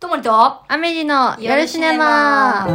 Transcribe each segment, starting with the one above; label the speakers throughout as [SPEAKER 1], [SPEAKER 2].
[SPEAKER 1] ともりと、
[SPEAKER 2] アメリの夜シネマ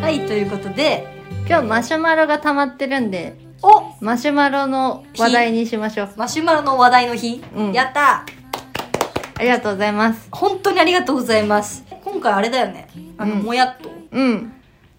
[SPEAKER 1] はい、ということで、
[SPEAKER 2] 今日マシュマロが溜まってるんで、
[SPEAKER 1] お
[SPEAKER 2] マシュマロの話題にしましょう。
[SPEAKER 1] マシュマロの話題の日、
[SPEAKER 2] うん
[SPEAKER 1] やった
[SPEAKER 2] ありがとうございます。
[SPEAKER 1] 本当にありがとうございます。今回あれだよね。あの、
[SPEAKER 2] うん
[SPEAKER 1] もやっと。い
[SPEAKER 2] うん。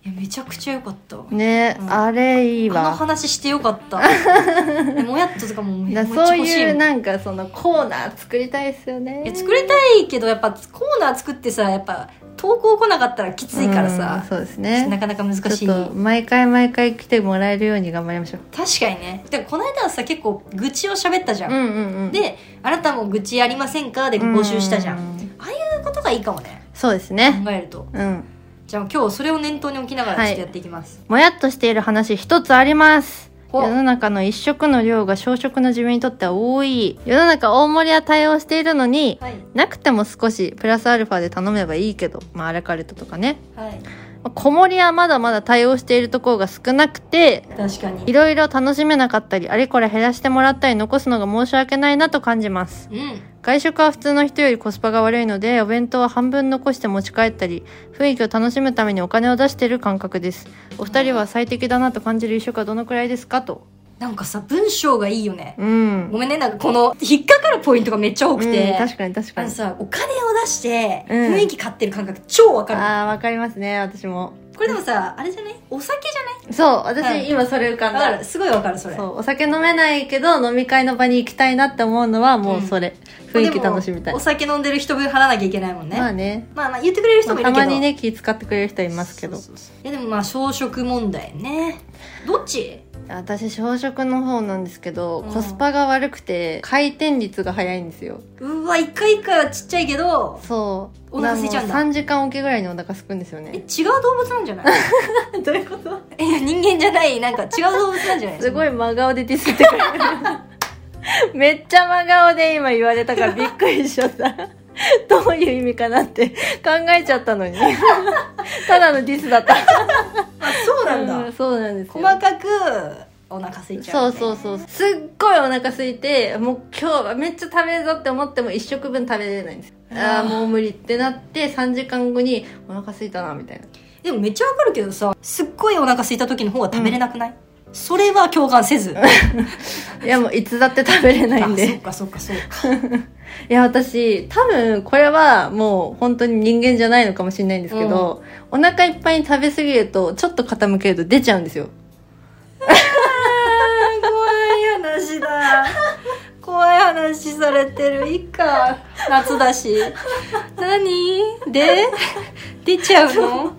[SPEAKER 1] や、めちゃくちゃ良かった。
[SPEAKER 2] ね、
[SPEAKER 1] うん
[SPEAKER 2] あれいい
[SPEAKER 1] あの
[SPEAKER 2] わ。
[SPEAKER 1] 話してよかった。えもやっととかもめめっ
[SPEAKER 2] だ
[SPEAKER 1] ち
[SPEAKER 2] そ
[SPEAKER 1] ゃ
[SPEAKER 2] う
[SPEAKER 1] 欲しい
[SPEAKER 2] いう
[SPEAKER 1] もん。
[SPEAKER 2] なんかそのコーナー作りたいですよね
[SPEAKER 1] い。や作りたいけどやっぱコーナー作ってさやっぱ投稿来なかったらきついから
[SPEAKER 2] うん
[SPEAKER 1] さ、
[SPEAKER 2] そうです
[SPEAKER 1] な
[SPEAKER 2] ね。
[SPEAKER 1] かなか難しい
[SPEAKER 2] ちょっと毎回毎回来てもらえるように頑張りましょう。
[SPEAKER 1] 確かにねでもこの間はさ結構愚痴を喋ったじゃん、
[SPEAKER 2] うんうんうん。、
[SPEAKER 1] で「あなたも愚痴ありませんか?」で募集したじゃん、あ。あいうことがいいかもね
[SPEAKER 2] そうですね。
[SPEAKER 1] 考えると
[SPEAKER 2] うん。
[SPEAKER 1] じゃあ今日それを念頭に置きながら
[SPEAKER 2] はい
[SPEAKER 1] ちょっとやっていきます、
[SPEAKER 2] もやっとしている話一つあります。
[SPEAKER 1] ほ
[SPEAKER 2] 世
[SPEAKER 1] う
[SPEAKER 2] の中の一食の量が小食の自分にとっては多い。世の中大盛りは対応しているのに、
[SPEAKER 1] はい
[SPEAKER 2] なくても少しプラスアルファで頼めばいいけど、まあ、アラカルトとかね。
[SPEAKER 1] はい
[SPEAKER 2] まあ小盛りはまだまだ対応しているところが少なくて、
[SPEAKER 1] 確か
[SPEAKER 2] い
[SPEAKER 1] に
[SPEAKER 2] ろいろ楽しめなかったり、あれこれ減らしてもらったり残すのが申し訳ないなと感じます。
[SPEAKER 1] うん
[SPEAKER 2] 外食は普通の人よりコスパが悪いので、お弁当は半分残して持ち帰ったり、雰囲気を楽しむためにお金を出している感覚です。お二人は最適だなと感じる一食はどのくらいですかと。
[SPEAKER 1] なんかさ文章がいいよね、
[SPEAKER 2] うん。
[SPEAKER 1] ごめんねなんかこの引っかかるポイントがめっちゃ多くて、
[SPEAKER 2] うん確かに確
[SPEAKER 1] あ
[SPEAKER 2] か
[SPEAKER 1] の
[SPEAKER 2] に。
[SPEAKER 1] さお金を出して
[SPEAKER 2] うん
[SPEAKER 1] 雰囲気買ってる感覚超わかる、
[SPEAKER 2] ああ、わかりますね、私も。
[SPEAKER 1] これでもさあれじゃないお酒じゃない
[SPEAKER 2] そう、私、
[SPEAKER 1] はい
[SPEAKER 2] 今それ浮かん
[SPEAKER 1] わか
[SPEAKER 2] だ。
[SPEAKER 1] るすごいわかるそれ
[SPEAKER 2] そう、お酒飲めないけど、飲み会の場に行きたいなって思うのは、もうそれ。雰囲気楽しみた
[SPEAKER 1] で
[SPEAKER 2] い
[SPEAKER 1] もお。酒飲んでる人分払わなきゃいけないもんね、
[SPEAKER 2] ま
[SPEAKER 1] ま
[SPEAKER 2] あ
[SPEAKER 1] あ、
[SPEAKER 2] ね。
[SPEAKER 1] まあ言ってくれる人もいる
[SPEAKER 2] た
[SPEAKER 1] けど、
[SPEAKER 2] まにね、気使ってくれる人いますけど。
[SPEAKER 1] そうそうそういやでもまあ小食問題ねどっち
[SPEAKER 2] 私、小食の方なんですけど、
[SPEAKER 1] うん
[SPEAKER 2] コスパが悪くて、回転率が早いんですよ。
[SPEAKER 1] うわ一回一回はちっちゃいけど
[SPEAKER 2] そう。
[SPEAKER 1] お腹空いちゃうんだ
[SPEAKER 2] 3時間おきぐらいにお腹すくんですよ
[SPEAKER 1] え違
[SPEAKER 2] ね。
[SPEAKER 1] う動物なんじゃない
[SPEAKER 2] どういうこと
[SPEAKER 1] え人間じゃないなんか違う動物なんじゃない
[SPEAKER 2] すご
[SPEAKER 1] い
[SPEAKER 2] い真顔でディスってくれる。 めっちゃ真顔で今言われたからびっくりしちゃった。 どういう意味かなって考えちゃったのに。 ただのディスだった。
[SPEAKER 1] あそうなんだ、
[SPEAKER 2] うそうなんですよ。
[SPEAKER 1] 細かくお腹空いちゃう、
[SPEAKER 2] そう
[SPEAKER 1] ね、
[SPEAKER 2] そうそう。すっごいお腹空いて、もう今日はめっちゃ食べるぞって思っても一食分食べれないんです。ああ、もう無理ってなって3時間後にお腹空いたな、みたいな。
[SPEAKER 1] でもめっちゃわかるけどさすっごいお腹空いた時の方が食べれなくない、それは共感 せず
[SPEAKER 2] いや、もういつだって食べれないん
[SPEAKER 1] あそっ
[SPEAKER 2] で。
[SPEAKER 1] かそっかそうか
[SPEAKER 2] いや、私、多分これはもう本当に人間じゃないのかもしれないんですけど、お腹いっぱいに食べ過ぎると、ちょっと傾けると出ちゃうんですよ。
[SPEAKER 1] 怖い話だ怖い話されてるいいか夏だし何で出ちゃうの、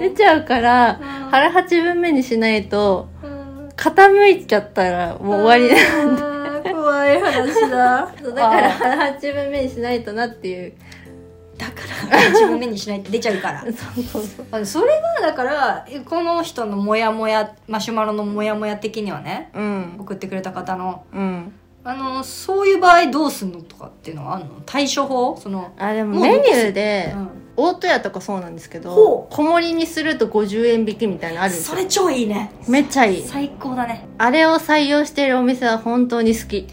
[SPEAKER 2] 出ちゃうから、
[SPEAKER 1] うん
[SPEAKER 2] 腹8分目にしないと、
[SPEAKER 1] うん
[SPEAKER 2] 傾いちゃったらもう終わりだ。
[SPEAKER 1] なんで怖い話だ
[SPEAKER 2] そうだから
[SPEAKER 1] あー
[SPEAKER 2] 腹八分目にしないとなっていう
[SPEAKER 1] だから自分目にしないと出ちゃうから
[SPEAKER 2] そうそうそう
[SPEAKER 1] あそれがだからえこの人のモヤモヤマシュマロのモヤモヤ的にはね
[SPEAKER 2] うん
[SPEAKER 1] 送ってくれた方の
[SPEAKER 2] うん
[SPEAKER 1] あのそういう場合どうすんのとかっていうのはあるの対処法その、
[SPEAKER 2] あでも
[SPEAKER 1] もう
[SPEAKER 2] メニューで
[SPEAKER 1] うん
[SPEAKER 2] 大戸屋とかそうなんですけど
[SPEAKER 1] ほ
[SPEAKER 2] 小盛りにすると50円引きみたいなのあるんです
[SPEAKER 1] そ
[SPEAKER 2] よ
[SPEAKER 1] れ超いいね
[SPEAKER 2] めっちゃいい
[SPEAKER 1] 最高だね
[SPEAKER 2] あれを採用しているお店は本当に好き
[SPEAKER 1] い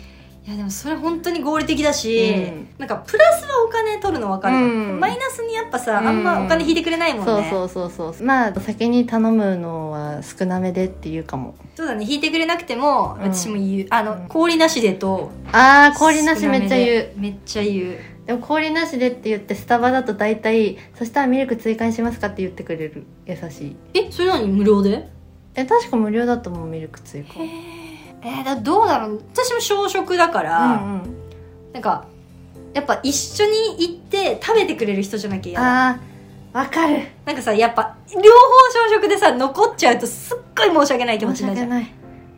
[SPEAKER 1] やでもそれ本当に合理的だし、
[SPEAKER 2] うん
[SPEAKER 1] なんかプラスはお金取るの分かるじゃん、
[SPEAKER 2] うん
[SPEAKER 1] マイナスにやっぱさ、
[SPEAKER 2] うん
[SPEAKER 1] あんまお金引いてくれないもんね
[SPEAKER 2] そうそうそうそうまあ先に頼むのは少なめでっていうかも
[SPEAKER 1] そうだね引いてくれなくても、
[SPEAKER 2] うん
[SPEAKER 1] 私も言うあの氷なしでと
[SPEAKER 2] あー氷なしめっちゃ
[SPEAKER 1] 少な
[SPEAKER 2] 言う
[SPEAKER 1] めでめっちゃ言う
[SPEAKER 2] でも氷なしでって言ってスタバだと大体そしたらミルク追加にしますかって言ってくれる優しい
[SPEAKER 1] えそれなのに無料で
[SPEAKER 2] え確か無料だと思うミルク追加
[SPEAKER 1] えー、だどうだろう私も小食だから、
[SPEAKER 2] うんうん
[SPEAKER 1] なんかやっぱ一緒に行って食べてくれる人じゃなきゃ嫌だ
[SPEAKER 2] あーわかる
[SPEAKER 1] なんかさやっぱ両方小食でさ残っちゃうとすっごい申し訳ない気持
[SPEAKER 2] 申
[SPEAKER 1] ち
[SPEAKER 2] し
[SPEAKER 1] になるじ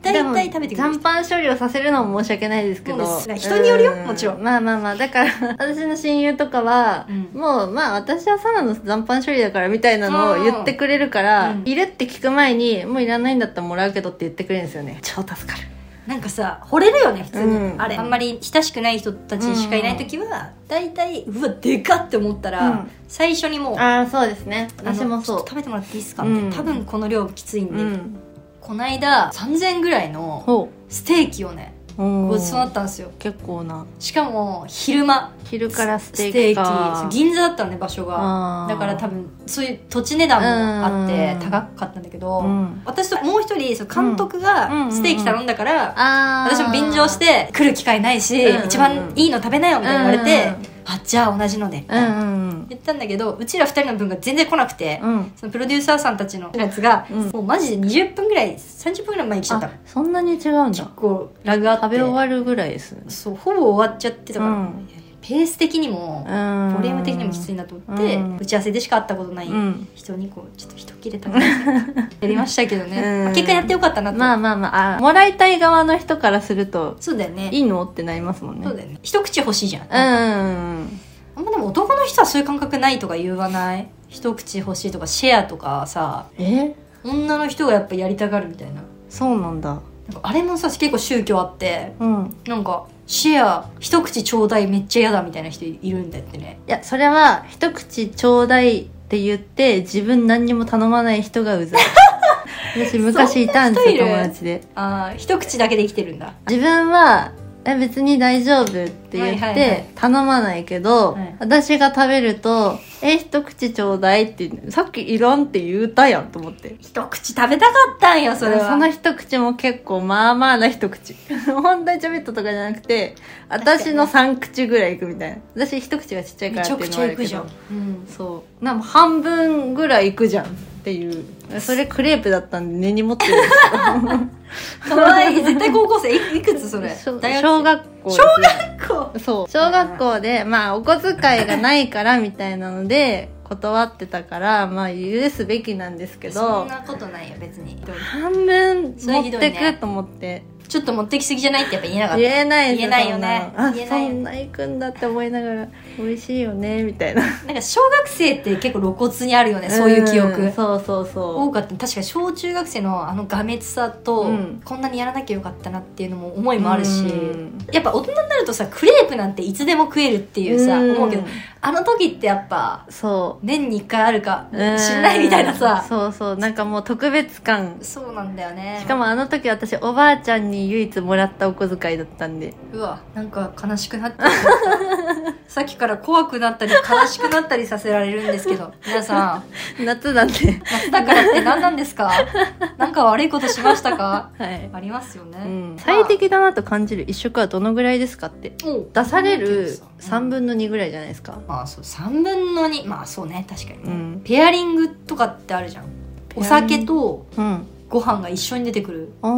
[SPEAKER 2] 訳
[SPEAKER 1] ゃん
[SPEAKER 2] ない
[SPEAKER 1] 大体食べてくれる
[SPEAKER 2] 残飯処理をさせるのも申し訳ないですけど
[SPEAKER 1] そうです人によるよ
[SPEAKER 2] う
[SPEAKER 1] もちろん
[SPEAKER 2] まあまあまあだから 私の親友とかは、
[SPEAKER 1] うん
[SPEAKER 2] もうまあ私はサナの残飯処理だからみたいなのを言ってくれるから、
[SPEAKER 1] うん
[SPEAKER 2] いるって聞く前にもういらないんだったらもらうけどって言ってくれるんですよね超助かる
[SPEAKER 1] なんかさ惚れるよね普通に、
[SPEAKER 2] うん
[SPEAKER 1] あれあんまり親しくない人たちしかいない時は、大体うわでかって思ったら、
[SPEAKER 2] うん
[SPEAKER 1] 最初にもう
[SPEAKER 2] ああそうですね私も
[SPEAKER 1] あのちょっ
[SPEAKER 2] そ
[SPEAKER 1] と食べてもらっていいですか?」
[SPEAKER 2] うん
[SPEAKER 1] 多分この量きついん
[SPEAKER 2] う
[SPEAKER 1] で、
[SPEAKER 2] うん
[SPEAKER 1] こないだ3000ぐらいの
[SPEAKER 2] ほ
[SPEAKER 1] ステーキをね
[SPEAKER 2] ううん
[SPEAKER 1] ごちそうになったんですよ
[SPEAKER 2] 結構な
[SPEAKER 1] しかも昼間
[SPEAKER 2] 昼からステー
[SPEAKER 1] ステ
[SPEAKER 2] キか
[SPEAKER 1] ーキ銀座だったのね場所が
[SPEAKER 2] あー
[SPEAKER 1] だから多分そういう土地値段もあって
[SPEAKER 2] うん
[SPEAKER 1] 高かったんだけど、
[SPEAKER 2] うん
[SPEAKER 1] 私ともう一人その監督
[SPEAKER 2] うん
[SPEAKER 1] がステーキ頼んだから、
[SPEAKER 2] あー
[SPEAKER 1] 私も便乗して来る機会ないし、
[SPEAKER 2] うんうん
[SPEAKER 1] 一番いいの食べなよみたいに言われて、
[SPEAKER 2] うんうん
[SPEAKER 1] あじゃあ同じので、み
[SPEAKER 2] う
[SPEAKER 1] たいなん
[SPEAKER 2] うん
[SPEAKER 1] 言ったんだけどうちら二人の分が全然来なくて、
[SPEAKER 2] うんうん
[SPEAKER 1] そのプロデューサーさんたちのやつが、
[SPEAKER 2] うん
[SPEAKER 1] もうマジで20分ぐらい30分ぐらい前に来ちゃった
[SPEAKER 2] あ
[SPEAKER 1] の
[SPEAKER 2] そんなに違うんだ
[SPEAKER 1] 結構ラグあって
[SPEAKER 2] 食べ終わるぐらいですね
[SPEAKER 1] そうほぼ終わっちゃってたから、
[SPEAKER 2] うん
[SPEAKER 1] ペース的にも、
[SPEAKER 2] ボ
[SPEAKER 1] ボリューム的にもきついなと思って、
[SPEAKER 2] うん
[SPEAKER 1] 打ち合わせでしか会ったことない
[SPEAKER 2] うん
[SPEAKER 1] 人にこうちょっと人切れた 感じでやりましたけど
[SPEAKER 2] う
[SPEAKER 1] ね、
[SPEAKER 2] ん
[SPEAKER 1] まあ結果やってよかったなと、
[SPEAKER 2] まあまあまああもらいたい側の人からすると
[SPEAKER 1] そうだよね
[SPEAKER 2] いいのってなりますもんね
[SPEAKER 1] そうだよね一口欲しいじゃん、
[SPEAKER 2] うんうんうん
[SPEAKER 1] あんまでも男の人はそういう感覚ないとか言わない一口欲しいとかシェアとかさ
[SPEAKER 2] え
[SPEAKER 1] 女の人がやっぱやりたがるみたいな
[SPEAKER 2] そうなんだ
[SPEAKER 1] なんかあれもさ結構宗教あって
[SPEAKER 2] うん
[SPEAKER 1] なんかシェア一口ちょうだいめっちゃ嫌だみたいな人いるんだってね
[SPEAKER 2] いやそれは一口ちょうだいって言って自分何にも頼まない人がう ざい私昔いたんですよ
[SPEAKER 1] そん
[SPEAKER 2] 友
[SPEAKER 1] な人いる
[SPEAKER 2] 達で
[SPEAKER 1] ああ一口だけで生きてるんだ
[SPEAKER 2] 自分はえ別に大丈夫って言
[SPEAKER 1] はい
[SPEAKER 2] っ
[SPEAKER 1] はいはい
[SPEAKER 2] て頼まないけど、
[SPEAKER 1] はい
[SPEAKER 2] 私が食べると「え一口ちょうだい」ってさっき「いらん」って言うたやんと思って
[SPEAKER 1] 一口食べたかったんよそれは
[SPEAKER 2] その一口も結構まあまあな一口 本当にちょびっととかじゃなくて私の3口ぐらいいくみたいな私一口がちっちゃいか
[SPEAKER 1] め
[SPEAKER 2] ら
[SPEAKER 1] ちゃ
[SPEAKER 2] ってい
[SPEAKER 1] く
[SPEAKER 2] う
[SPEAKER 1] ち
[SPEAKER 2] のは
[SPEAKER 1] ゃ
[SPEAKER 2] あ
[SPEAKER 1] 行
[SPEAKER 2] る
[SPEAKER 1] く
[SPEAKER 2] け
[SPEAKER 1] じゃん
[SPEAKER 2] ど、
[SPEAKER 1] うん、
[SPEAKER 2] そうなんか半分ぐらいいくじゃんっていうそれクレープだったんで根に持ってるんです
[SPEAKER 1] かわ いい絶対高校生いいくつそれ
[SPEAKER 2] けど
[SPEAKER 1] 大学
[SPEAKER 2] 小
[SPEAKER 1] 生
[SPEAKER 2] 学校です
[SPEAKER 1] 小
[SPEAKER 2] ね
[SPEAKER 1] 学校
[SPEAKER 2] そう小学校でまあお小遣いがないからみたいなので断ってたからまあ許すべきなんですけ
[SPEAKER 1] そ
[SPEAKER 2] ど
[SPEAKER 1] んなことないよ別に
[SPEAKER 2] 半分
[SPEAKER 1] それ
[SPEAKER 2] 持
[SPEAKER 1] ひど
[SPEAKER 2] っ
[SPEAKER 1] いね
[SPEAKER 2] てくと思って、
[SPEAKER 1] ちょっと持ってきすぎじゃないってやっぱ言えなかった
[SPEAKER 2] 言えないです
[SPEAKER 1] 言えないよね
[SPEAKER 2] そんなのあ
[SPEAKER 1] 言えないよね
[SPEAKER 2] そんな行くんだって思いながら美味しいよねみたいな
[SPEAKER 1] なんか小学生って結構露骨にあるよねそういう記憶、
[SPEAKER 2] んそうそうそ
[SPEAKER 1] 多
[SPEAKER 2] う
[SPEAKER 1] かった確かに小中学生のあのがめつさと、
[SPEAKER 2] うん
[SPEAKER 1] こんなにやらなきゃよかったなっていうのも思いもあるし、
[SPEAKER 2] うん
[SPEAKER 1] やっぱ大人になるとさクレープなんていつでも食えるっていうさ、
[SPEAKER 2] ん
[SPEAKER 1] 思うけどあの時ってやっぱ
[SPEAKER 2] そ
[SPEAKER 1] 年に1回あるか
[SPEAKER 2] う
[SPEAKER 1] 知んないみたいなさ、
[SPEAKER 2] そうそうなんかもう特別感
[SPEAKER 1] そうなんだよね
[SPEAKER 2] しかもあの時私おばあちゃんに唯一もらったお小遣いだったんで
[SPEAKER 1] うわなんか悲しくなって きましたさっきから怖くなったり悲しくなったりさせられるんですけど皆さん
[SPEAKER 2] 夏なんで
[SPEAKER 1] 夏だからって何なんですかなんか悪いことしましたか
[SPEAKER 2] はい、
[SPEAKER 1] ありますよね、
[SPEAKER 2] うん、
[SPEAKER 1] まあ
[SPEAKER 2] 最適だなと感じる一食はどのぐらいですかって
[SPEAKER 1] お
[SPEAKER 2] 出される3
[SPEAKER 1] 3
[SPEAKER 2] 分の2ぐらいじゃないですか、
[SPEAKER 1] まあそう3分の2まあそうね確かにね、
[SPEAKER 2] うん
[SPEAKER 1] ペアリングとかってあるじゃんお酒と
[SPEAKER 2] うん
[SPEAKER 1] ご飯が一緒に出てくる
[SPEAKER 2] あー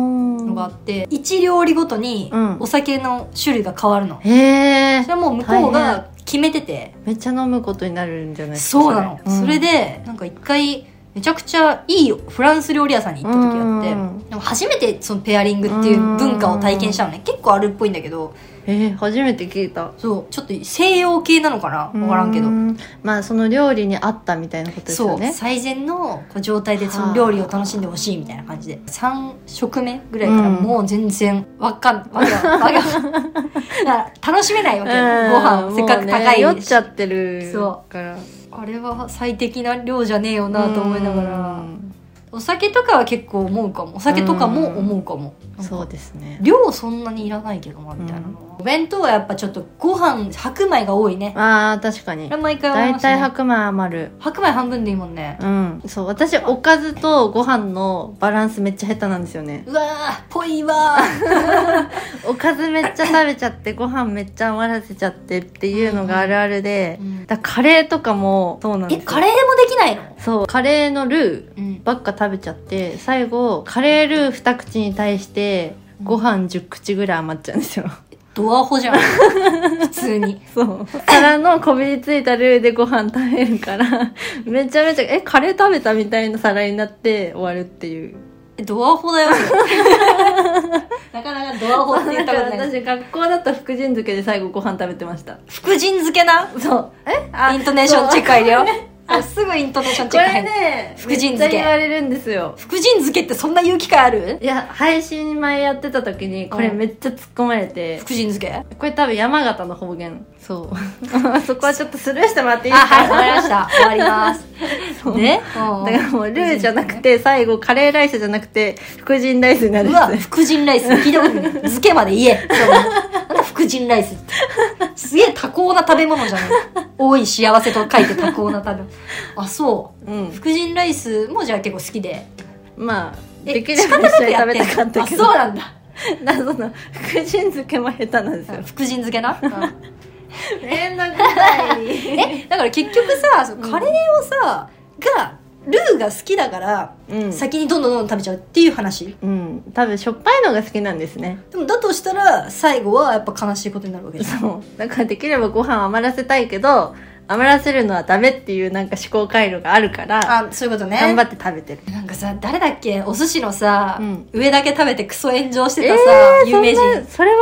[SPEAKER 1] のがあって、一料理ごとに
[SPEAKER 2] うん
[SPEAKER 1] お酒の種類が変わるの、
[SPEAKER 2] へえ
[SPEAKER 1] それはもう向こうが決めてて
[SPEAKER 2] めっちゃ飲むことになるんじゃないですか
[SPEAKER 1] そうなの、
[SPEAKER 2] ん
[SPEAKER 1] それでなんか一回めちゃくちゃいいフランス料理屋さんに行った時あって、
[SPEAKER 2] うん
[SPEAKER 1] でも初めてそのペアリングっていう文化を体験したのね結構あるっぽいんだけど
[SPEAKER 2] えー初めて聞いた
[SPEAKER 1] そうちょっと西洋系なのかな分からんけど
[SPEAKER 2] うんまあその料理に合ったみたいなことです
[SPEAKER 1] そ
[SPEAKER 2] よ
[SPEAKER 1] う、
[SPEAKER 2] ね
[SPEAKER 1] 最善のこう状態でその料理を楽しんでほしいみたいな感じで3食目ぐらいから
[SPEAKER 2] うん
[SPEAKER 1] もう全然わかんわけがわ けがだから楽しめないわけよ
[SPEAKER 2] うん
[SPEAKER 1] ご飯せっかく高いし
[SPEAKER 2] もうね、酔っちゃってる
[SPEAKER 1] そ
[SPEAKER 2] から
[SPEAKER 1] あれは最適な量じゃねえよなと思いなが
[SPEAKER 2] う
[SPEAKER 1] ら
[SPEAKER 2] ん
[SPEAKER 1] お酒とかは結構思うかもお酒とかも思うかもなんか
[SPEAKER 2] そうですね
[SPEAKER 1] 量そんなにいらないけどなみたい
[SPEAKER 2] う
[SPEAKER 1] な、
[SPEAKER 2] ん
[SPEAKER 1] お弁当はやっぱちょっとご飯白米が多いね
[SPEAKER 2] あー確かに
[SPEAKER 1] これ毎回思い
[SPEAKER 2] 大
[SPEAKER 1] ますね
[SPEAKER 2] 体白米余る
[SPEAKER 1] 白米半分でいいもんね
[SPEAKER 2] うんそう私おかずとご飯のバランスめっちゃ下手なんですよね
[SPEAKER 1] うわーぽいわー
[SPEAKER 2] おかずめっちゃ食べちゃってご飯めっちゃ余らせちゃってっていうのがあるあるで、
[SPEAKER 1] うん
[SPEAKER 2] だからカレーとかもそうなんです
[SPEAKER 1] え
[SPEAKER 2] よ
[SPEAKER 1] カレーもできないの、
[SPEAKER 2] そうカレーのルー
[SPEAKER 1] うん、
[SPEAKER 2] ばっか食べちゃって最後カレールー2口に対してご飯10口ぐらい余っちゃうんですよ
[SPEAKER 1] ドアホ じゃん普通に
[SPEAKER 2] そう皿のこびりついたルーでご飯食べるからめちゃめちゃえカレー食べたみたいな皿になって終わるっていう
[SPEAKER 1] えドアホ だよそれなかなかドアホって言
[SPEAKER 2] だ
[SPEAKER 1] っ
[SPEAKER 2] か
[SPEAKER 1] たこ
[SPEAKER 2] ら
[SPEAKER 1] と ない
[SPEAKER 2] 私学校だと福神漬けで最後ご飯食べてました
[SPEAKER 1] 福神漬けな
[SPEAKER 2] そうえあ
[SPEAKER 1] イントネーションチェック入るよあすぐイントネーション
[SPEAKER 2] こ
[SPEAKER 1] チェック
[SPEAKER 2] れ
[SPEAKER 1] 入る、
[SPEAKER 2] ね
[SPEAKER 1] 福
[SPEAKER 2] め
[SPEAKER 1] 神
[SPEAKER 2] っち
[SPEAKER 1] 漬け
[SPEAKER 2] ゃ言われるんですよ
[SPEAKER 1] 福神漬けってそんな言う機会ある
[SPEAKER 2] いや配信前やってた時にこれめっちゃ突っ込まれて
[SPEAKER 1] 福、神漬けあ
[SPEAKER 2] これ多分山形の方言そう そこはちょっとスルーしてもらっていいですか
[SPEAKER 1] はいわかりま した終わります
[SPEAKER 2] ね
[SPEAKER 1] うん
[SPEAKER 2] だからもうルーじゃなくて最後カレーライスじゃなくて福神ライスになる
[SPEAKER 1] うんわ
[SPEAKER 2] ですね
[SPEAKER 1] 福神ライス聞いたことない漬けまで言えそうなんだ福神ライスってすげえ多幸な食べ物じゃない多い幸せと書いて多幸な食べ物あそう
[SPEAKER 2] うん
[SPEAKER 1] 福神ライスもじゃあ結構好きで
[SPEAKER 2] まあ
[SPEAKER 1] え
[SPEAKER 2] できれば一緒に食べたかったけど
[SPEAKER 1] あそうなんだ
[SPEAKER 2] 謎の福神漬けも下手なんですよ
[SPEAKER 1] 福神漬けな、
[SPEAKER 2] めんどくさい
[SPEAKER 1] えだから結局さそのカレーをさ、がルーが好きだから、
[SPEAKER 2] うん
[SPEAKER 1] 先にどんどんどんどん食べちゃうっていう話
[SPEAKER 2] うん多分しょっぱいのが好きなんですね
[SPEAKER 1] でもだとしたら最後はやっぱ悲しいことになるわけじゃん
[SPEAKER 2] そうだからできればご飯余らせたいけど余らせるのはダメっていうなんか思考回路があるから
[SPEAKER 1] あそういうことね
[SPEAKER 2] 頑張って食べてる
[SPEAKER 1] なんかさ誰だっけお寿司のさ、
[SPEAKER 2] うん
[SPEAKER 1] 上だけ食べてクソ炎上してたさ、
[SPEAKER 2] ー
[SPEAKER 1] 有名
[SPEAKER 2] そん
[SPEAKER 1] 人
[SPEAKER 2] なそれは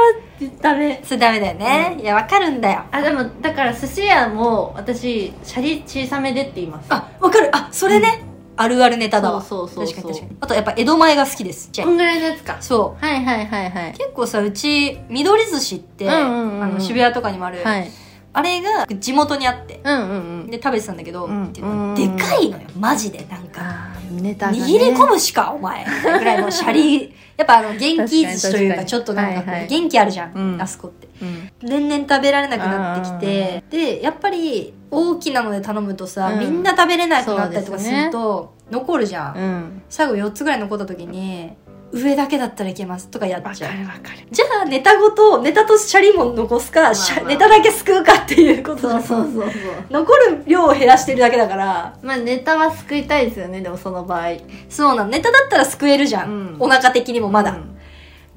[SPEAKER 2] ダメ
[SPEAKER 1] それダメだよね、いやわかるんだよ
[SPEAKER 2] あでもだから寿司屋も私シャリ小さめでって言います
[SPEAKER 1] あわかるあそれね、あるあるネタだわ
[SPEAKER 2] そうそうそうそう
[SPEAKER 1] 確かに確かにあとやっぱ江戸前が好きですじゃあ
[SPEAKER 2] こんぐらいのやつか
[SPEAKER 1] そう
[SPEAKER 2] はいはいはいはい
[SPEAKER 1] 結構さうち緑寿司って、
[SPEAKER 2] うんうんうんうん
[SPEAKER 1] あの渋谷とかにもある、
[SPEAKER 2] はい
[SPEAKER 1] あれが地元にあって
[SPEAKER 2] うんうんうん
[SPEAKER 1] で食べてたんだけど、
[SPEAKER 2] うん
[SPEAKER 1] っていうのでかいのよマジでなんか、
[SPEAKER 2] あーネタが、ね、
[SPEAKER 1] 握り込むしかお前ぐらいのシ ャリやっぱあの元気寿司とい
[SPEAKER 2] 確かに確
[SPEAKER 1] う
[SPEAKER 2] か
[SPEAKER 1] か
[SPEAKER 2] に
[SPEAKER 1] ちょっとなんかこう
[SPEAKER 2] はいはい
[SPEAKER 1] 元気あるじゃん、
[SPEAKER 2] うん
[SPEAKER 1] あそこって
[SPEAKER 2] うん
[SPEAKER 1] 年々食べられなくなってきてでやっぱり大きなので頼むとさ、
[SPEAKER 2] うん
[SPEAKER 1] みんな食べれなくなったりとかすると残るじゃん、
[SPEAKER 2] うん
[SPEAKER 1] 最後4つぐらい残った時に上だけだったらいけますとかやっ
[SPEAKER 2] わ
[SPEAKER 1] ち
[SPEAKER 2] か
[SPEAKER 1] ゃう
[SPEAKER 2] るわかる
[SPEAKER 1] じゃあネタごとネタとシャリも残すか、シャ
[SPEAKER 2] まあまあ
[SPEAKER 1] ネタだけ救うかっていうことじゃん
[SPEAKER 2] そう
[SPEAKER 1] 残る量を減らしてるだけだから
[SPEAKER 2] まあネタは救いたいですよねでもその場合
[SPEAKER 1] そうなのネタだったら救えるじゃん、
[SPEAKER 2] うん
[SPEAKER 1] お腹的にもまだ、
[SPEAKER 2] う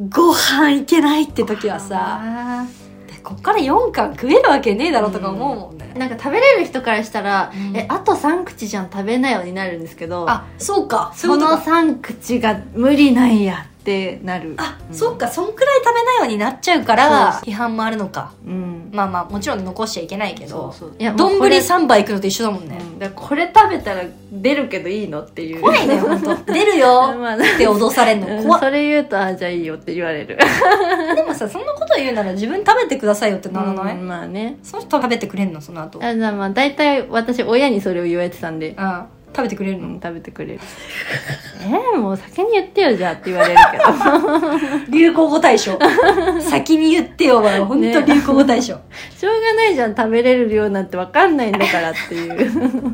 [SPEAKER 2] ん
[SPEAKER 1] ご飯いけないって時はさ
[SPEAKER 2] あ
[SPEAKER 1] でこっから4貫食えるわけねえだろとか思うもんね、
[SPEAKER 2] ーなんか食べれる人からしたら、
[SPEAKER 1] うん
[SPEAKER 2] えあと3口じゃん食べなよになるんですけど
[SPEAKER 1] あそうか
[SPEAKER 2] その
[SPEAKER 1] そういうことか
[SPEAKER 2] 3口が無理なんやってなる
[SPEAKER 1] あ、
[SPEAKER 2] うん
[SPEAKER 1] そうかそんくらい食べないようになっちゃうから
[SPEAKER 2] そう
[SPEAKER 1] 批判もあるのか
[SPEAKER 2] うん
[SPEAKER 1] まあまあもちろん残しちゃいけないけど
[SPEAKER 2] そうそういやもう
[SPEAKER 1] 丼
[SPEAKER 2] これ
[SPEAKER 1] 3杯いくのと一緒だもんね、
[SPEAKER 2] うんだからこれ食べたら出るけどいいのっていう
[SPEAKER 1] 怖いねほんと 出るよ
[SPEAKER 2] ま あ
[SPEAKER 1] って脅されんの怖っ
[SPEAKER 2] それ言うとあじゃあいいよって言われる
[SPEAKER 1] でもさそんなこと言うなら自分食べてくださいよってならない、
[SPEAKER 2] うんまあね
[SPEAKER 1] その人食べてくれんのその後
[SPEAKER 2] あじゃあまあ大体私親にそれを言われてたんで、
[SPEAKER 1] あ食べてくれる
[SPEAKER 2] う
[SPEAKER 1] の
[SPEAKER 2] ん、食べてく れるえー、もう先に言ってよじゃあって言われるけど
[SPEAKER 1] 流行語大 賞先に言ってよお前本当流行語大賞、
[SPEAKER 2] しょうがないじゃん食べれる量なんて分かんないんだからっていう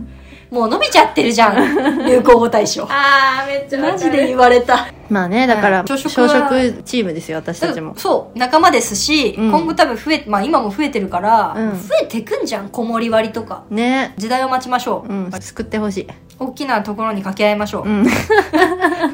[SPEAKER 1] もう伸びちゃってるじ ゃん流行語大賞
[SPEAKER 2] ああめっち
[SPEAKER 1] マジで言われた
[SPEAKER 2] まあねだから、
[SPEAKER 1] はい朝
[SPEAKER 2] 朝
[SPEAKER 1] 食
[SPEAKER 2] 食
[SPEAKER 1] は
[SPEAKER 2] チームですよ私たちも
[SPEAKER 1] そう仲間ですし、
[SPEAKER 2] うん
[SPEAKER 1] 今後多分増えまあ今も増えてるから、
[SPEAKER 2] うん
[SPEAKER 1] 増えてくんじゃん子守り割りとか
[SPEAKER 2] ね
[SPEAKER 1] 時代を待ちましょう、
[SPEAKER 2] うん救ってほしい
[SPEAKER 1] 大きなところに掛け合いましょ
[SPEAKER 2] う、
[SPEAKER 1] う
[SPEAKER 2] ん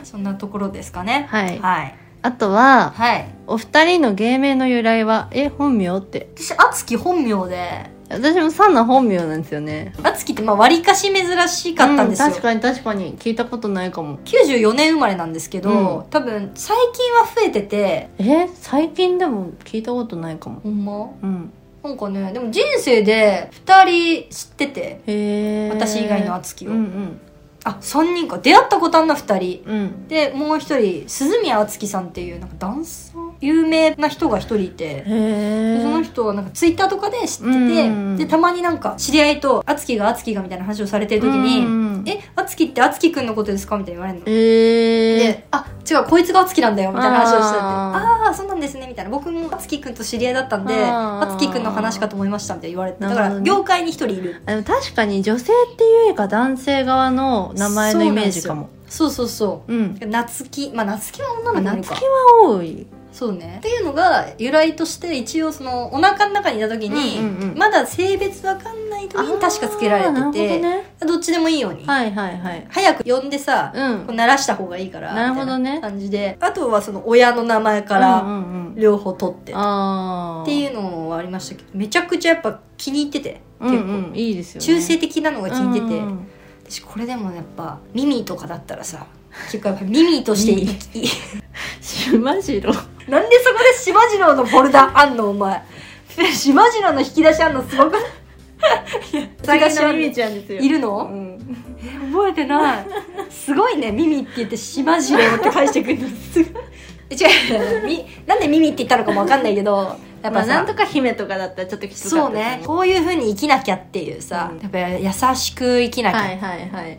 [SPEAKER 1] そんなところですかね
[SPEAKER 2] はい
[SPEAKER 1] はい、
[SPEAKER 2] あとは
[SPEAKER 1] はい、
[SPEAKER 2] お二人の芸名の由来はえ本名って
[SPEAKER 1] 私敦貴本名で
[SPEAKER 2] 私もサンナ本名なんですよね
[SPEAKER 1] 敦貴ってまあ割かし珍しかったんですよ、
[SPEAKER 2] う確かに確かに聞いたことないかも
[SPEAKER 1] 94年生まれなんですけど、
[SPEAKER 2] う
[SPEAKER 1] 多分最近は増えてて
[SPEAKER 2] え最近でも聞いたことないかも
[SPEAKER 1] ほんま
[SPEAKER 2] うん
[SPEAKER 1] なんかねでも人生で2人知ってて
[SPEAKER 2] へえ
[SPEAKER 1] 私以外の敦貴を、
[SPEAKER 2] うん
[SPEAKER 1] あ3人か出会ったことあんな2人
[SPEAKER 2] うんうん
[SPEAKER 1] でもう1人鈴宮敦貴さんっていうなんかダンサー有名な人が1人いて
[SPEAKER 2] へえ
[SPEAKER 1] でその人はなんかツイッターとかで知ってて、
[SPEAKER 2] うん
[SPEAKER 1] でたまになんか知り合いと「敦貴が敦貴が」みたいな話をされてる時に「え敦貴って敦貴くんのことですか?」みたいに言われるの。
[SPEAKER 2] ええ
[SPEAKER 1] で、あ、違う、こいつが敦貴なんだよ、みたいな話をしてて、
[SPEAKER 2] あ
[SPEAKER 1] ああー、そうなんですね、みたいな。僕も敦貴くんと知り合いだったんで、
[SPEAKER 2] あー
[SPEAKER 1] 敦貴くんの話かと思いました、みたいな言われて。だか
[SPEAKER 2] なるほ
[SPEAKER 1] ら、
[SPEAKER 2] どね
[SPEAKER 1] 業界に一人いる。
[SPEAKER 2] でも確かに女性っていうよりか男性側の名前のイメージかも
[SPEAKER 1] そうそうそうう。
[SPEAKER 2] ん
[SPEAKER 1] 夏希、まあ夏希は女の子なの
[SPEAKER 2] 夏
[SPEAKER 1] か
[SPEAKER 2] 希。は多い
[SPEAKER 1] そうね。っていうのが、由来として、一応その、お腹の中にいた時に、
[SPEAKER 2] うんうんうん
[SPEAKER 1] まだ性別わかんない時に確かつけられ
[SPEAKER 2] あーな
[SPEAKER 1] て
[SPEAKER 2] るほど
[SPEAKER 1] て、ど
[SPEAKER 2] ね
[SPEAKER 1] っちでもいいように。
[SPEAKER 2] はいはいはい
[SPEAKER 1] 早く呼んでさ、
[SPEAKER 2] うん
[SPEAKER 1] こう鳴らした方がいいから、
[SPEAKER 2] なるほどね
[SPEAKER 1] みたいな感じで。あとはその、親の名前か
[SPEAKER 2] う
[SPEAKER 1] ら、
[SPEAKER 2] んうんうん
[SPEAKER 1] 両方取って。
[SPEAKER 2] ああ
[SPEAKER 1] っていうのはありましたけどめちゃくちゃやっぱ気に入ってて
[SPEAKER 2] う
[SPEAKER 1] 結構、
[SPEAKER 2] んうんいいですよね
[SPEAKER 1] 中性的なのが気に入ってて、
[SPEAKER 2] うんうん
[SPEAKER 1] 私これでもやっぱミミィとかだったらさ結構やっぱミミィとして生き
[SPEAKER 2] 島城
[SPEAKER 1] なんでそこで島次郎のボルダーあんのお前島次郎の引き出しあんのすごくない
[SPEAKER 2] 最初のミミちゃんですよ
[SPEAKER 1] いるの
[SPEAKER 2] うん、
[SPEAKER 1] え覚えてないすごいね「ミミ」って言って「しまじれ」って返してくるのすごいえ違うみなんで「ミミ」って言ったのかも分かんないけどやっ
[SPEAKER 2] ま
[SPEAKER 1] ぱ
[SPEAKER 2] あ
[SPEAKER 1] さ、
[SPEAKER 2] なんとか姫とかだったらちょっときつか
[SPEAKER 1] そ
[SPEAKER 2] った
[SPEAKER 1] う
[SPEAKER 2] です
[SPEAKER 1] ねこういうふうに生きなきゃっていうさ、
[SPEAKER 2] うん
[SPEAKER 1] やっぱ優しく生きなきゃ、
[SPEAKER 2] はいはいはい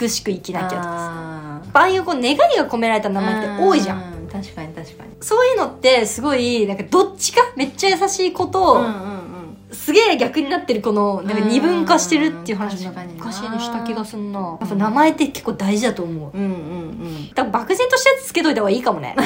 [SPEAKER 1] 美しく生きなきゃとかさ
[SPEAKER 2] あ
[SPEAKER 1] ああいうこう願いが込められた名前って多いじゃん
[SPEAKER 2] ん確かに確かに
[SPEAKER 1] そういうのってすごいなんかどっちかめっちゃ優しい子と、
[SPEAKER 2] うん
[SPEAKER 1] すげえ逆になってるこのなんか二分化してるっていう話
[SPEAKER 2] うん確かにな
[SPEAKER 1] 昔にした気がすんなやっぱ名前って結構大事だと思う
[SPEAKER 2] うんうんうん
[SPEAKER 1] だから漠然としたやつつけといた方がいいかも ね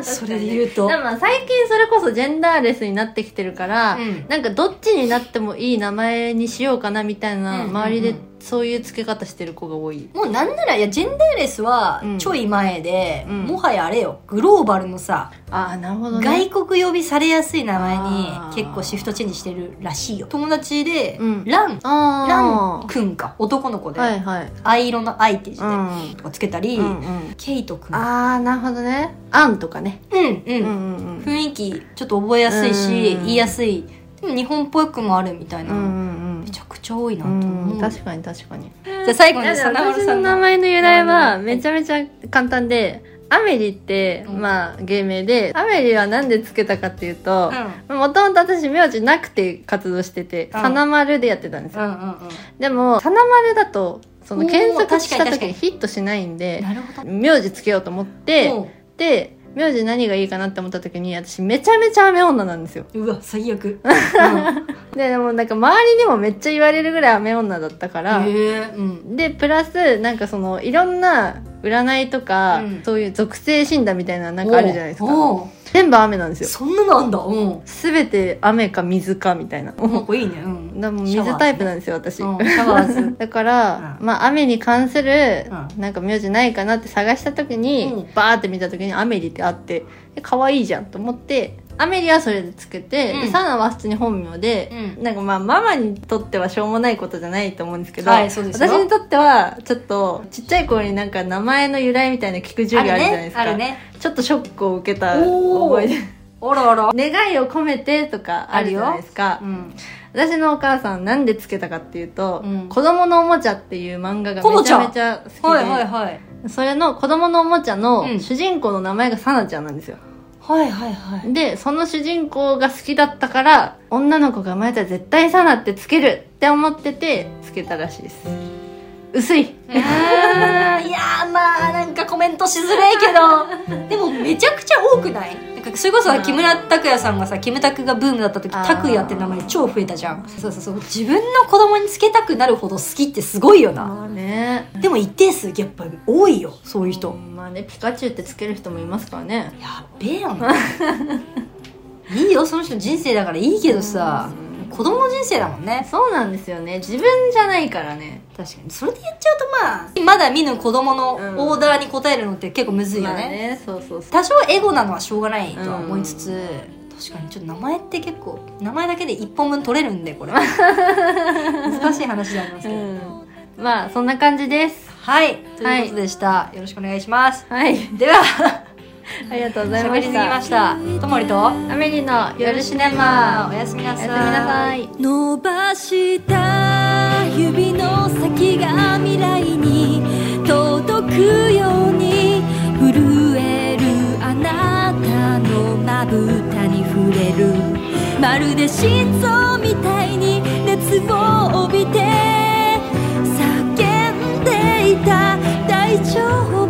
[SPEAKER 1] それで言うと
[SPEAKER 2] でもまあ最近それこそジェンダーレスになってきてるから、
[SPEAKER 1] うん
[SPEAKER 2] なんかどっちになってもいい名前にしようかなみたい
[SPEAKER 1] うんうん
[SPEAKER 2] な
[SPEAKER 1] うん
[SPEAKER 2] 周りでそういう付け方してる子が多い、
[SPEAKER 1] もうなんならいやジェンダーレスは
[SPEAKER 2] うん
[SPEAKER 1] ちょい前で、
[SPEAKER 2] うん
[SPEAKER 1] もはやあれよグローバルのさ、
[SPEAKER 2] ああなるほどね
[SPEAKER 1] 外国呼びされやすい名前に
[SPEAKER 2] あー
[SPEAKER 1] 結構シフトチェンジしてるらしいよ友達で、
[SPEAKER 2] うん
[SPEAKER 1] ランラ
[SPEAKER 2] あ
[SPEAKER 1] ンくんか男の子で、
[SPEAKER 2] あはいはい、
[SPEAKER 1] 藍色の藍って字で、
[SPEAKER 2] うん
[SPEAKER 1] とかつけたり、
[SPEAKER 2] うんうん、
[SPEAKER 1] ケイトくん
[SPEAKER 2] ああなるほどねアンとかね
[SPEAKER 1] うんう
[SPEAKER 2] う
[SPEAKER 1] ん、
[SPEAKER 2] んうんうん
[SPEAKER 1] 雰囲気ちょっと覚えやすいし、
[SPEAKER 2] うん
[SPEAKER 1] 言いやすいでも日本っぽくもあるみたいな、
[SPEAKER 2] うん
[SPEAKER 1] めちゃくちゃ多いな
[SPEAKER 2] う
[SPEAKER 1] と思う、
[SPEAKER 2] ん、確かに確かに
[SPEAKER 1] じゃあ最後
[SPEAKER 2] いや
[SPEAKER 1] に
[SPEAKER 2] でも
[SPEAKER 1] 真田
[SPEAKER 2] 私
[SPEAKER 1] さ
[SPEAKER 2] の
[SPEAKER 1] ん
[SPEAKER 2] 名
[SPEAKER 1] の
[SPEAKER 2] 前の由来は
[SPEAKER 1] うん
[SPEAKER 2] めちゃめちゃ簡単で、アメリって、
[SPEAKER 1] うん
[SPEAKER 2] まあ芸名でアメリはなんでつけたかっていうと
[SPEAKER 1] うん、
[SPEAKER 2] もともと私名字なくて活動してて、
[SPEAKER 1] うん
[SPEAKER 2] さなまるでやってたんです
[SPEAKER 1] う
[SPEAKER 2] よ、
[SPEAKER 1] んうんうん
[SPEAKER 2] でもさなまるだとそ
[SPEAKER 1] お
[SPEAKER 2] の
[SPEAKER 1] ー
[SPEAKER 2] 検索した
[SPEAKER 1] 確か
[SPEAKER 2] 時
[SPEAKER 1] に確かに
[SPEAKER 2] にヒットしないんで
[SPEAKER 1] なるほど。
[SPEAKER 2] 名字つけようと思って
[SPEAKER 1] も
[SPEAKER 2] で名字何がいいかなって思った時に私めちゃめちゃ雨女なんですよ
[SPEAKER 1] ううわ 最悪。うん
[SPEAKER 2] ででもなんか周りにもめっちゃ言われるぐらい雨女だったから、
[SPEAKER 1] へえうん。
[SPEAKER 2] でプラスなんかそのいろんな占いとか、
[SPEAKER 1] うん
[SPEAKER 2] そういう属性診断みたいななんかあるじゃないですか
[SPEAKER 1] おうおう
[SPEAKER 2] 全部雨なんですよ
[SPEAKER 1] そんなのあんだ。うん。
[SPEAKER 2] 全て雨か水かみたいな
[SPEAKER 1] な
[SPEAKER 2] だ
[SPEAKER 1] んかいいね。うん。
[SPEAKER 2] からもう水タイプなんですよ私、
[SPEAKER 1] シャワーズ ね
[SPEAKER 2] だから、
[SPEAKER 1] うん
[SPEAKER 2] まあ雨に関する
[SPEAKER 1] う
[SPEAKER 2] なんか名字ないかなって探した時に、
[SPEAKER 1] うん
[SPEAKER 2] バーって見た時にアメリってあってで可愛いじゃんと思ってアメリはそれでつけて、
[SPEAKER 1] うん
[SPEAKER 2] でサナは普通に本名で、
[SPEAKER 1] うん
[SPEAKER 2] なんかまあママにとってはしょうもないことじゃないと思うんですけど、
[SPEAKER 1] はいそうですよ
[SPEAKER 2] 私にとってはちょっとちっちゃい頃になんか名前の由来みたいな聞く授
[SPEAKER 1] あ
[SPEAKER 2] 業あるじゃないで
[SPEAKER 1] ね
[SPEAKER 2] すか
[SPEAKER 1] あるね。
[SPEAKER 2] ちょっとショックを受けた
[SPEAKER 1] お
[SPEAKER 2] 覚え
[SPEAKER 1] ー
[SPEAKER 2] で
[SPEAKER 1] あらあら。
[SPEAKER 2] 願いを込めてとかあるじゃないですか
[SPEAKER 1] うん。
[SPEAKER 2] 私のお母さんなんでつけたかっていうと「
[SPEAKER 1] うん
[SPEAKER 2] 子供のおもちゃ」っていう漫画がめちゃめちゃ好きで、
[SPEAKER 1] はいはいはい。
[SPEAKER 2] それの子供のおもちゃ
[SPEAKER 1] うん
[SPEAKER 2] の主人公の名前がサナちゃんなんですよ、
[SPEAKER 1] はいはいはい。
[SPEAKER 2] でその主人公が好きだったから女の子が生まれたら絶対サナってつけるって思っててつけたらしいです薄い
[SPEAKER 1] いやーまあなんかコメントしづれえけ どでもめちゃくちゃ多くないなんかそれこそさ木村拓哉さんがさキムタクがブームだった時
[SPEAKER 2] あー
[SPEAKER 1] 拓哉って名前超増えたじゃんそうそうそう自分の子供につけたくなるほど好きってすごいよな
[SPEAKER 2] まあね
[SPEAKER 1] でも一定数やっぱ多いよそういう人、
[SPEAKER 2] まあねピカチュウってつける人もいますからね
[SPEAKER 1] やっべえよな いいよその人の人生だからいいけどさ子供の人生だもんね
[SPEAKER 2] そうなんですよね自分じゃないからね
[SPEAKER 1] 確かにそれで言っちゃうとまあまだ見ぬ子供のオーダーに応えるのって結構むずいよ
[SPEAKER 2] まあ
[SPEAKER 1] ね
[SPEAKER 2] ねそうそうそう
[SPEAKER 1] 多少エゴなのはしょうがないとは思いつつ、確かにちょっと名前って結構名前だけで一本分取れるんでこれ 難しい話ではありますけど、
[SPEAKER 2] うんまあそんな感じです
[SPEAKER 1] はいということでした、よろしくお願いします
[SPEAKER 2] はい
[SPEAKER 1] では
[SPEAKER 2] ありがとうござい
[SPEAKER 1] 喋
[SPEAKER 2] ま
[SPEAKER 1] り
[SPEAKER 2] し
[SPEAKER 1] すぎ
[SPEAKER 2] た
[SPEAKER 1] ましたともりと
[SPEAKER 2] アメリの
[SPEAKER 1] よ
[SPEAKER 2] よ
[SPEAKER 1] る
[SPEAKER 2] る
[SPEAKER 1] し
[SPEAKER 2] し
[SPEAKER 1] ね
[SPEAKER 2] ね
[SPEAKER 1] ま
[SPEAKER 2] ま
[SPEAKER 1] おやすみな
[SPEAKER 2] お
[SPEAKER 1] さ
[SPEAKER 2] やす
[SPEAKER 1] い
[SPEAKER 2] みなさい
[SPEAKER 3] 伸ばした指の先が未来に届くように震えるあなたのまぶたに触れるまるで心臓みたいに熱を帯びて叫んでいた大丈夫